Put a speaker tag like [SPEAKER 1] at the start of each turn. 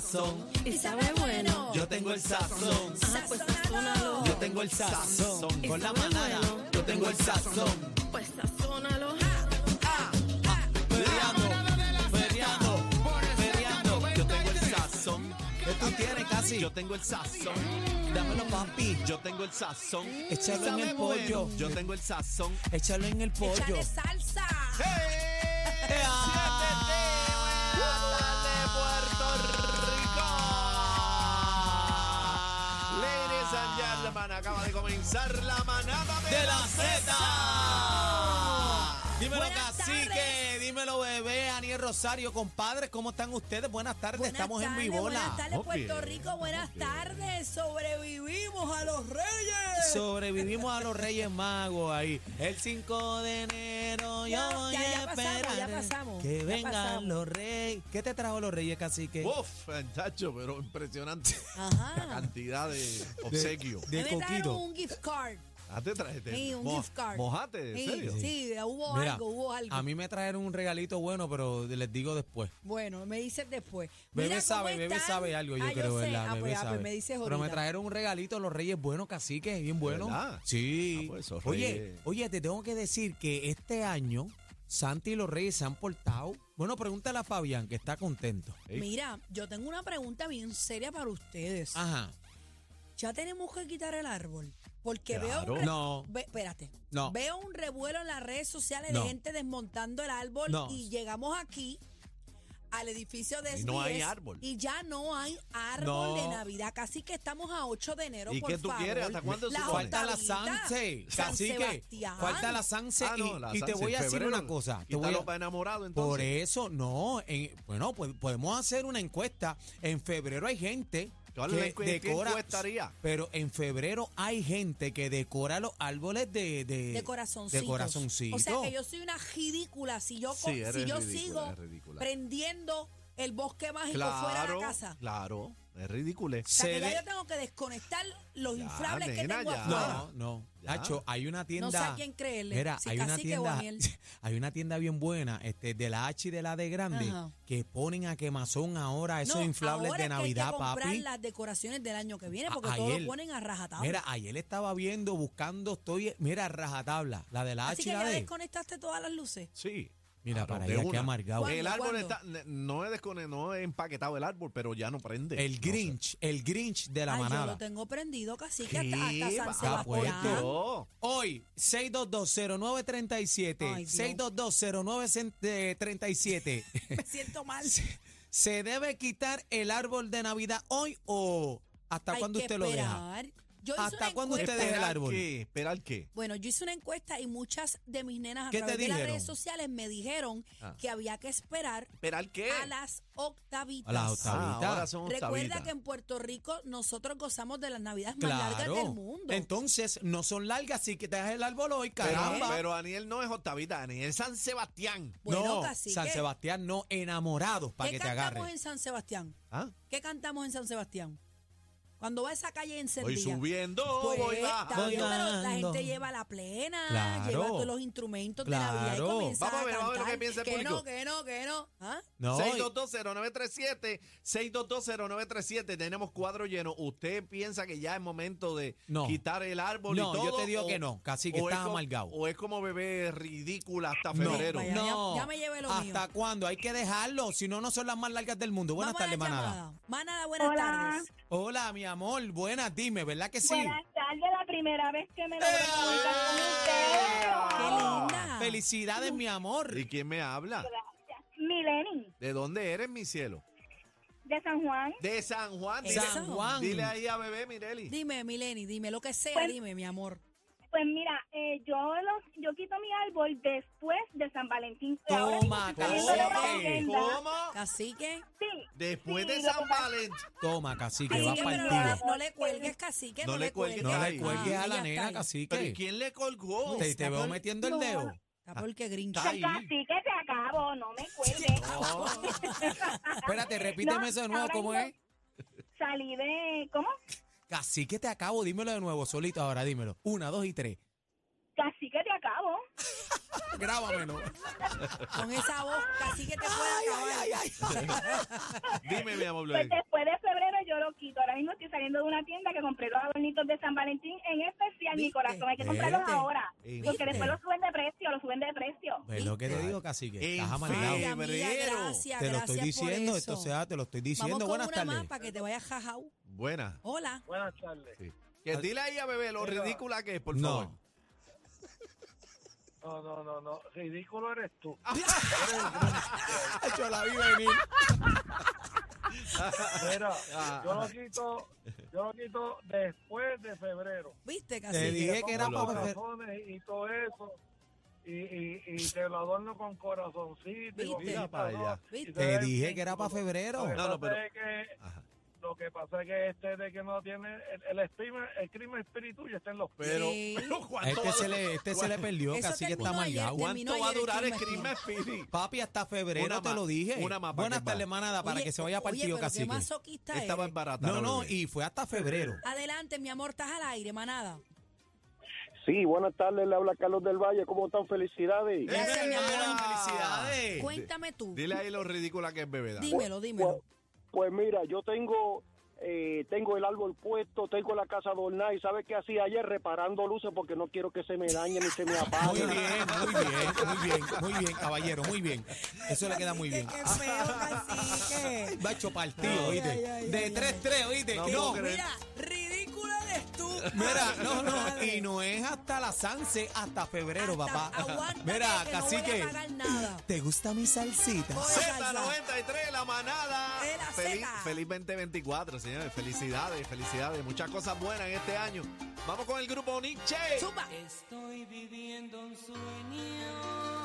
[SPEAKER 1] sazón.
[SPEAKER 2] Y sabe bueno.
[SPEAKER 1] Yo tengo el sazón.
[SPEAKER 2] Ah, pues sazónalo.
[SPEAKER 1] Yo tengo el sazón. Con la manada. Yo tengo el sazón.
[SPEAKER 2] Pues sazónalo.
[SPEAKER 1] Feriando. Feriando. Feriando. Yo tengo el sazón. ¿Qué tú tienes casi? Yo tengo el sazón.
[SPEAKER 3] Dámelo, papi.
[SPEAKER 1] Yo tengo el sazón.
[SPEAKER 3] Échalo en el pollo.
[SPEAKER 1] Yo tengo el sazón.
[SPEAKER 3] Échalo en el pollo.
[SPEAKER 2] Échale salsa.
[SPEAKER 1] ¡Siéntete! ¡Buenas tardes, Puerto Rico! Ladies and gentlemen, acaba de comenzar la manada de, la
[SPEAKER 3] De la
[SPEAKER 1] Z.
[SPEAKER 3] Dímelo,
[SPEAKER 2] Buenas
[SPEAKER 3] cacique.
[SPEAKER 2] tardes.
[SPEAKER 3] Dímelo, bebé. Aniel Rosario, compadres, ¿cómo están ustedes? Buenas tardes.
[SPEAKER 2] Buenas
[SPEAKER 3] Estamos en mi
[SPEAKER 2] tardes,
[SPEAKER 3] bola.
[SPEAKER 2] Buenas tardes,
[SPEAKER 1] Ok.
[SPEAKER 2] Puerto Rico. Buenas tardes. Sobrevivimos a los reyes.
[SPEAKER 3] Sobrevivimos a los Reyes Magos ahí. El 5 de enero
[SPEAKER 2] Ya,
[SPEAKER 3] yo voy
[SPEAKER 2] ya, ya
[SPEAKER 3] a
[SPEAKER 2] pasamos,
[SPEAKER 3] esperar
[SPEAKER 2] ya pasamos,
[SPEAKER 3] que
[SPEAKER 2] ya
[SPEAKER 3] vengan
[SPEAKER 2] pasamos.
[SPEAKER 3] los Reyes. ¿Qué te trajo los Reyes, cacique?
[SPEAKER 1] Uf, muchacho, pero impresionante la
[SPEAKER 2] Ajá.
[SPEAKER 1] cantidad de obsequio.
[SPEAKER 3] de
[SPEAKER 2] A mí me trajeron
[SPEAKER 3] coquito.
[SPEAKER 2] un gift card.
[SPEAKER 1] Ah, te trajiste.
[SPEAKER 2] Sí, un
[SPEAKER 1] Mo-
[SPEAKER 2] gift card.
[SPEAKER 1] Mojate, ¿en
[SPEAKER 2] Sí,
[SPEAKER 1] serio?
[SPEAKER 2] Sí, hubo
[SPEAKER 3] Mira,
[SPEAKER 2] algo, hubo algo.
[SPEAKER 3] A mí me trajeron un regalito bueno, pero les digo después.
[SPEAKER 2] Bueno, me dices después.
[SPEAKER 3] Bebé
[SPEAKER 2] Mira cómo
[SPEAKER 3] sabe, bebé
[SPEAKER 2] están.
[SPEAKER 3] sabe algo, yo
[SPEAKER 2] Ah,
[SPEAKER 3] creo,
[SPEAKER 2] sé.
[SPEAKER 3] ¿verdad?
[SPEAKER 2] Ah,
[SPEAKER 3] Bebé
[SPEAKER 2] pues, ah, pues
[SPEAKER 3] sabe.
[SPEAKER 2] me dices
[SPEAKER 3] Pero me
[SPEAKER 2] ahorita.
[SPEAKER 3] trajeron un regalito los Reyes Buenos, cacique, bien bueno.
[SPEAKER 1] verdad?
[SPEAKER 3] Sí.
[SPEAKER 1] Ah, pues, esos
[SPEAKER 3] oye,
[SPEAKER 1] Reyes.
[SPEAKER 3] oye, te tengo que decir que este año Santi y los Reyes se han portado. Bueno, pregúntale a Fabián, que está contento.
[SPEAKER 1] Ey.
[SPEAKER 2] Mira, yo tengo una pregunta bien seria para ustedes.
[SPEAKER 3] Ajá.
[SPEAKER 2] Ya tenemos que quitar el árbol. Porque veo
[SPEAKER 1] Claro.
[SPEAKER 2] un re-
[SPEAKER 3] No.
[SPEAKER 2] ve- espérate.
[SPEAKER 3] No.
[SPEAKER 2] Veo un revuelo en las redes sociales
[SPEAKER 3] No.
[SPEAKER 2] de gente desmontando el árbol
[SPEAKER 3] No.
[SPEAKER 2] y llegamos aquí al edificio de
[SPEAKER 1] Y no hay
[SPEAKER 2] SBS,
[SPEAKER 1] árbol.
[SPEAKER 2] Y ya no hay árbol
[SPEAKER 3] No.
[SPEAKER 2] de Navidad. Casi que estamos a 8 de enero,
[SPEAKER 1] ¿Y
[SPEAKER 2] por
[SPEAKER 1] qué tú
[SPEAKER 2] favor.
[SPEAKER 1] quieres? ¿Hasta cuándo
[SPEAKER 2] La
[SPEAKER 1] supone?
[SPEAKER 3] Falta la
[SPEAKER 2] octavita,
[SPEAKER 3] Sanse,
[SPEAKER 2] San
[SPEAKER 3] cacique.
[SPEAKER 2] Sebastián.
[SPEAKER 3] Falta la Sanse
[SPEAKER 1] Ah,
[SPEAKER 3] y,
[SPEAKER 1] no, la
[SPEAKER 3] y te
[SPEAKER 1] salsa,
[SPEAKER 3] voy a
[SPEAKER 1] en
[SPEAKER 3] decir
[SPEAKER 1] febrero,
[SPEAKER 3] una cosa. Te voy
[SPEAKER 1] quítalo
[SPEAKER 3] a-
[SPEAKER 1] para enamorado, entonces.
[SPEAKER 3] Por e- eso, no. en- bueno, pues podemos hacer una encuesta. En febrero hay gente
[SPEAKER 1] ¿Cuál es la
[SPEAKER 3] que
[SPEAKER 1] encu- qué
[SPEAKER 3] decora.
[SPEAKER 1] encuesta haría?
[SPEAKER 3] Pero en febrero hay gente que decora los árboles de. De,
[SPEAKER 2] de corazoncitos.
[SPEAKER 3] de corazoncito.
[SPEAKER 2] O sea que yo soy una ridícula si yo, co-
[SPEAKER 1] Sí, eres
[SPEAKER 2] si yo
[SPEAKER 1] ridícula,
[SPEAKER 2] sigo
[SPEAKER 1] eres ridícula.
[SPEAKER 2] prendiendo el bosque mágico fuera de la casa.
[SPEAKER 1] Claro, es ridículo.
[SPEAKER 2] O sea,
[SPEAKER 3] Se
[SPEAKER 2] que ya
[SPEAKER 3] ve-
[SPEAKER 2] yo tengo que desconectar los
[SPEAKER 1] Ya,
[SPEAKER 2] inflables que
[SPEAKER 1] nena,
[SPEAKER 2] tengo
[SPEAKER 1] ya.
[SPEAKER 2] afuera.
[SPEAKER 3] No, no.
[SPEAKER 1] Ah, Ya.
[SPEAKER 3] Nacho, hay una tienda.
[SPEAKER 2] No sé a quién creerle.
[SPEAKER 3] Mira,
[SPEAKER 2] si
[SPEAKER 3] hay una
[SPEAKER 2] cacique o
[SPEAKER 3] tienda.
[SPEAKER 2] Aniel.
[SPEAKER 3] Hay una tienda bien buena, este, de la H y de la D grande,
[SPEAKER 2] Ajá.
[SPEAKER 3] que ponen a quemazón ahora esos
[SPEAKER 2] No,
[SPEAKER 3] inflables
[SPEAKER 2] ahora
[SPEAKER 3] de
[SPEAKER 2] es que hay que
[SPEAKER 3] Navidad,
[SPEAKER 2] comprar
[SPEAKER 3] papi.
[SPEAKER 2] las decoraciones del año que viene
[SPEAKER 3] A-
[SPEAKER 2] porque todo
[SPEAKER 3] ayer.
[SPEAKER 2] lo ponen a rajatabla.
[SPEAKER 3] Mira, ayer estaba viendo, buscando, estoy, mira, rajatabla, la de la
[SPEAKER 2] Así
[SPEAKER 3] H
[SPEAKER 2] que
[SPEAKER 3] y la
[SPEAKER 2] ya
[SPEAKER 3] D.
[SPEAKER 2] desconectaste todas las luces.
[SPEAKER 1] Sí.
[SPEAKER 3] Mira,
[SPEAKER 1] claro,
[SPEAKER 3] para
[SPEAKER 1] de
[SPEAKER 3] allá, qué
[SPEAKER 1] una.
[SPEAKER 3] amargado.
[SPEAKER 2] ¿Cuál?
[SPEAKER 1] El
[SPEAKER 2] ¿Cuándo,
[SPEAKER 1] árbol
[SPEAKER 2] cuándo?
[SPEAKER 1] está, ne- no es descone- no es empaquetado el árbol, pero ya no prende.
[SPEAKER 3] El Grinch, el Grinch de la
[SPEAKER 2] Ay, yo
[SPEAKER 3] manada.
[SPEAKER 2] lo tengo prendido, casi que
[SPEAKER 1] No sé.
[SPEAKER 2] hasta, hasta
[SPEAKER 1] ¿Qué?
[SPEAKER 2] San
[SPEAKER 1] Va, por
[SPEAKER 2] Sebastián.
[SPEAKER 1] Dios.
[SPEAKER 3] Hoy, 6220937,
[SPEAKER 2] Ay, Dios.
[SPEAKER 3] 6220937.
[SPEAKER 2] Me siento mal.
[SPEAKER 3] ¿Se debe quitar el árbol de Navidad hoy o hasta
[SPEAKER 2] Hay
[SPEAKER 3] cuándo
[SPEAKER 2] que
[SPEAKER 3] usted lo deja?
[SPEAKER 2] esperar. Yo hice
[SPEAKER 3] ¿Hasta
[SPEAKER 2] una
[SPEAKER 3] cuándo usted
[SPEAKER 2] encuesta.
[SPEAKER 3] deja el
[SPEAKER 1] ¿Esperar
[SPEAKER 3] árbol.
[SPEAKER 1] qué? ¿Esperar qué?
[SPEAKER 2] Bueno, yo hice una encuesta y muchas de mis nenas a
[SPEAKER 3] ¿Qué te
[SPEAKER 2] través de las
[SPEAKER 3] dijeron?
[SPEAKER 2] redes sociales me dijeron
[SPEAKER 1] Ah.
[SPEAKER 2] que había que esperar
[SPEAKER 1] ¿Esperar qué?
[SPEAKER 2] a las octavitas.
[SPEAKER 3] A las octavitas.
[SPEAKER 1] Ah, ahora son
[SPEAKER 2] Recuerda
[SPEAKER 1] octavitas.
[SPEAKER 2] que en Puerto Rico nosotros gozamos de las navidades más largas
[SPEAKER 3] Claro.
[SPEAKER 2] del mundo.
[SPEAKER 3] Entonces, no son largas, así que te dejas el árbol hoy,
[SPEAKER 1] Pero,
[SPEAKER 3] caramba.
[SPEAKER 1] pero Daniel no es Octavita, Daniel es San Sebastián.
[SPEAKER 2] Bueno,
[SPEAKER 3] no,
[SPEAKER 2] cacique.
[SPEAKER 3] San Sebastián no, enamorados para
[SPEAKER 2] ¿Qué
[SPEAKER 3] que te
[SPEAKER 2] cantamos
[SPEAKER 3] agarren.
[SPEAKER 2] en San Sebastián?
[SPEAKER 1] ¿Ah?
[SPEAKER 2] ¿Qué cantamos en San Sebastián? Cuando va a esa calle
[SPEAKER 1] Voy
[SPEAKER 2] encendida.
[SPEAKER 1] subiendo,
[SPEAKER 2] Pues,
[SPEAKER 1] voy
[SPEAKER 2] está
[SPEAKER 1] bajando.
[SPEAKER 2] bien, pero la
[SPEAKER 3] Bailando.
[SPEAKER 2] gente lleva la plena,
[SPEAKER 3] Claro.
[SPEAKER 2] lleva todos los instrumentos de Navidad y
[SPEAKER 3] Claro.
[SPEAKER 2] comienza
[SPEAKER 1] Vamos a ver,
[SPEAKER 2] a
[SPEAKER 1] vamos a ver lo
[SPEAKER 2] cantar.
[SPEAKER 1] que piensa el
[SPEAKER 2] que no,
[SPEAKER 1] público.
[SPEAKER 2] que no, que no. ¿Ah?
[SPEAKER 3] No,
[SPEAKER 1] 6220937, 6220937, tenemos cuadro lleno. ¿Usted piensa que ya es momento de
[SPEAKER 3] No.
[SPEAKER 1] quitar el árbol
[SPEAKER 3] No,
[SPEAKER 1] y todo?
[SPEAKER 3] yo te digo
[SPEAKER 1] o-
[SPEAKER 3] que no, casi que
[SPEAKER 1] o es
[SPEAKER 3] estás
[SPEAKER 1] como-
[SPEAKER 3] amargado.
[SPEAKER 1] ¿O es como bebé ridícula hasta
[SPEAKER 3] no,
[SPEAKER 1] febrero?
[SPEAKER 2] Vaya,
[SPEAKER 3] no.
[SPEAKER 2] ya- ya me llevé lo mío.
[SPEAKER 3] ¿Hasta cuándo? Hay que dejarlo, si no, no son las más largas del mundo. Buenas
[SPEAKER 2] Vamos a la
[SPEAKER 3] tardes, manada.
[SPEAKER 2] llamada. Manada, buenas
[SPEAKER 4] Hola.
[SPEAKER 2] tardes.
[SPEAKER 3] Hola, mi amor, buenas, dime, ¿verdad que sí? ¡Eh!
[SPEAKER 4] Buenas tardes, la primera vez que me logro
[SPEAKER 3] ¡Ea!
[SPEAKER 4] comunicar con ustedes.
[SPEAKER 2] Qué linda.
[SPEAKER 3] Felicidades, mi amor.
[SPEAKER 1] ¿Y quién me habla?
[SPEAKER 4] Gracias. Mileni,
[SPEAKER 1] ¿De dónde eres, mi cielo?
[SPEAKER 4] de San Juan.
[SPEAKER 1] De San Juan. Dile,
[SPEAKER 2] Eso.
[SPEAKER 3] San Juan.
[SPEAKER 1] dile ahí a bebé, Mireli.
[SPEAKER 2] Dime, Mileni, dime lo que sea,
[SPEAKER 4] Pues-
[SPEAKER 2] dime, mi amor.
[SPEAKER 4] Pues mira, eh, yo los, yo quito mi árbol después de San Valentín. Y ahora mismo
[SPEAKER 3] Toma,
[SPEAKER 4] estoy saliendo de la
[SPEAKER 3] cacique.
[SPEAKER 4] tienda.
[SPEAKER 1] ¿Cómo?
[SPEAKER 2] Así que,
[SPEAKER 4] Sí.
[SPEAKER 1] Después de
[SPEAKER 4] Sí, lo
[SPEAKER 1] San
[SPEAKER 4] que pasa-
[SPEAKER 1] Valentín.
[SPEAKER 3] Toma, cacique,
[SPEAKER 2] así
[SPEAKER 3] va
[SPEAKER 2] que
[SPEAKER 3] para
[SPEAKER 2] pero
[SPEAKER 3] el
[SPEAKER 2] no, le-
[SPEAKER 3] tiro.
[SPEAKER 2] no le cuelgues, cacique,
[SPEAKER 1] No
[SPEAKER 2] no,
[SPEAKER 1] le
[SPEAKER 2] le cuelgues.
[SPEAKER 1] cuelgues,
[SPEAKER 3] No
[SPEAKER 1] Está
[SPEAKER 3] le
[SPEAKER 1] ahí.
[SPEAKER 3] cuelgues a
[SPEAKER 2] Ah,
[SPEAKER 3] la
[SPEAKER 2] ya
[SPEAKER 3] nena,
[SPEAKER 2] está ahí.
[SPEAKER 1] ¿Pero y
[SPEAKER 3] cacique.
[SPEAKER 1] quién le colgó?
[SPEAKER 3] Te, te veo
[SPEAKER 2] Está
[SPEAKER 3] metiendo el
[SPEAKER 4] por-
[SPEAKER 3] dedo.
[SPEAKER 2] Está porque Grinch.
[SPEAKER 1] Está ahí.
[SPEAKER 4] Así pues que te acabo, no me cuelgues.
[SPEAKER 1] No.
[SPEAKER 3] Espérate, repíteme
[SPEAKER 4] No,
[SPEAKER 3] eso de nuevo,
[SPEAKER 4] ahora
[SPEAKER 3] ¿cómo
[SPEAKER 4] yo
[SPEAKER 3] es?
[SPEAKER 4] Salí de, ¿cómo?
[SPEAKER 3] Casi que te acabo, dímelo de nuevo, solito ahora, dímelo. Una, dos y tres.
[SPEAKER 4] Casi que te acabo.
[SPEAKER 3] Grábamelo.
[SPEAKER 2] Con esa voz casi que te puede acabar.
[SPEAKER 1] Dime, mi amor,
[SPEAKER 4] Pues
[SPEAKER 1] Luis.
[SPEAKER 4] después de febrero yo lo quito. Ahora mismo estoy saliendo de una tienda que compré los adornitos de San Valentín en especial, mi
[SPEAKER 2] ¿Viste?
[SPEAKER 4] corazón. Hay que comprarlos
[SPEAKER 2] ¿Viste?
[SPEAKER 4] ahora.
[SPEAKER 2] ¿Viste?
[SPEAKER 4] Porque después los suben de precio, los suben de precio.
[SPEAKER 3] ¿Ves lo que te
[SPEAKER 1] ¿Viste?
[SPEAKER 3] digo, cacique?
[SPEAKER 1] En
[SPEAKER 3] Estás amargado.
[SPEAKER 2] Ay, amiga,
[SPEAKER 1] febrero.
[SPEAKER 2] gracias,
[SPEAKER 3] Te lo
[SPEAKER 2] gracias
[SPEAKER 3] estoy
[SPEAKER 2] por
[SPEAKER 3] diciendo,
[SPEAKER 2] eso.
[SPEAKER 3] esto sea, te lo estoy
[SPEAKER 2] Vamos
[SPEAKER 3] diciendo.
[SPEAKER 2] con
[SPEAKER 3] Buenas
[SPEAKER 2] una más
[SPEAKER 3] tardes.
[SPEAKER 2] para que te vayas jajau.
[SPEAKER 1] Buena.
[SPEAKER 2] Hola.
[SPEAKER 5] Buenas tardes.
[SPEAKER 1] Que dile ahí a bebé lo
[SPEAKER 5] Mira.
[SPEAKER 1] ridícula que es, por
[SPEAKER 3] No.
[SPEAKER 1] favor.
[SPEAKER 5] No, no, no, no. Ridículo eres tú.
[SPEAKER 3] Yo la vi venir.
[SPEAKER 5] Mira,
[SPEAKER 1] Ah.
[SPEAKER 5] yo lo quito, yo lo quito después de febrero.
[SPEAKER 2] ¿Viste,
[SPEAKER 3] Te
[SPEAKER 2] cacique?
[SPEAKER 3] dije que era
[SPEAKER 1] Loco.
[SPEAKER 3] para ver.
[SPEAKER 5] Corazones y, y todo eso. Y, y, y te lo adorno con corazoncito. y
[SPEAKER 2] Viste.
[SPEAKER 5] con
[SPEAKER 2] Mira
[SPEAKER 5] cosas,
[SPEAKER 1] para allá.
[SPEAKER 5] ¿no? Y
[SPEAKER 2] Viste.
[SPEAKER 3] Te
[SPEAKER 5] ves
[SPEAKER 3] dije que era para
[SPEAKER 5] ridículo.
[SPEAKER 3] febrero.
[SPEAKER 5] Lo que,
[SPEAKER 1] No, no,
[SPEAKER 5] pasa
[SPEAKER 1] pero-
[SPEAKER 5] es que,
[SPEAKER 1] Ajá.
[SPEAKER 5] lo que pasa es que este de que no tiene el, el, estima- el crimen espíritu ya está en los pies.
[SPEAKER 1] Pero,
[SPEAKER 2] Sí.
[SPEAKER 1] pero ¿cuánto
[SPEAKER 3] Este
[SPEAKER 1] va a
[SPEAKER 3] se
[SPEAKER 1] durar-
[SPEAKER 3] le, este se le perdió,
[SPEAKER 2] Eso
[SPEAKER 3] cacique está
[SPEAKER 2] terminó ayer,
[SPEAKER 3] amargado.
[SPEAKER 2] terminó.
[SPEAKER 1] ¿Cuánto va a
[SPEAKER 2] ayer el
[SPEAKER 1] durar el
[SPEAKER 2] crimen
[SPEAKER 1] crimen, Speedy?
[SPEAKER 3] Papi, hasta febrero,
[SPEAKER 1] Una
[SPEAKER 3] te
[SPEAKER 1] más,
[SPEAKER 3] lo dije.
[SPEAKER 1] una más, ¿para
[SPEAKER 3] Buenas
[SPEAKER 1] qué
[SPEAKER 3] tardes,
[SPEAKER 1] va?
[SPEAKER 3] manada, para
[SPEAKER 2] Oye,
[SPEAKER 3] que se vaya
[SPEAKER 2] oye,
[SPEAKER 3] partido,
[SPEAKER 2] pero
[SPEAKER 3] cacique.
[SPEAKER 2] Qué masoquista
[SPEAKER 1] Estaba
[SPEAKER 2] eres.
[SPEAKER 1] embarazada.
[SPEAKER 3] No, no,
[SPEAKER 1] bebé.
[SPEAKER 3] y fue hasta febrero.
[SPEAKER 2] Adelante, mi amor, estás al aire, manada.
[SPEAKER 6] Sí, buenas tardes, le habla Carlos del Valle, ¿cómo están? Felicidades.
[SPEAKER 2] Gracias, mi amor.
[SPEAKER 1] ¡Felicidades!
[SPEAKER 2] Cuéntame tú.
[SPEAKER 1] Dile ahí lo ridícula que es bebé. dale.
[SPEAKER 2] Dímelo,
[SPEAKER 6] Pues,
[SPEAKER 2] dímelo.
[SPEAKER 6] pues mira, yo tengo eh, tengo el árbol puesto, tengo la casa adornada y ¿sabes qué hacía ayer? Reparando luces porque no quiero que se me dañe ni se me
[SPEAKER 3] Muy
[SPEAKER 6] apague.
[SPEAKER 3] bien, muy bien, muy bien, muy bien, caballero, muy bien. Eso le queda muy bien.
[SPEAKER 2] Qué feo, cacique.
[SPEAKER 3] Va hecho partido,
[SPEAKER 2] Ay,
[SPEAKER 3] oíste.
[SPEAKER 2] ay, ay, ay,
[SPEAKER 3] De
[SPEAKER 2] ay.
[SPEAKER 3] 3-3, oíste.
[SPEAKER 1] No
[SPEAKER 3] No,
[SPEAKER 1] puedo creer.
[SPEAKER 2] Mira, ridículo eres tú.
[SPEAKER 3] mira,
[SPEAKER 2] Ay,
[SPEAKER 3] no, no.
[SPEAKER 2] madre.
[SPEAKER 3] Y no es hasta la Sanse, hasta febrero,
[SPEAKER 2] Hasta-
[SPEAKER 3] papá.
[SPEAKER 2] aguántate,
[SPEAKER 3] Mira,
[SPEAKER 2] que no voy a
[SPEAKER 3] cacique.
[SPEAKER 2] pagar nada.
[SPEAKER 3] ¿Te gusta mi salsita?
[SPEAKER 2] Voy a salsa.
[SPEAKER 1] Z93, la manada.
[SPEAKER 2] De la
[SPEAKER 1] Feliz,
[SPEAKER 2] Z.
[SPEAKER 1] feliz 2024, señores. Felicidades, felicidades. Muchas cosas buenas en este año. Vamos con el grupo Nietzsche.
[SPEAKER 2] Zumba.
[SPEAKER 7] Estoy viviendo un sueño.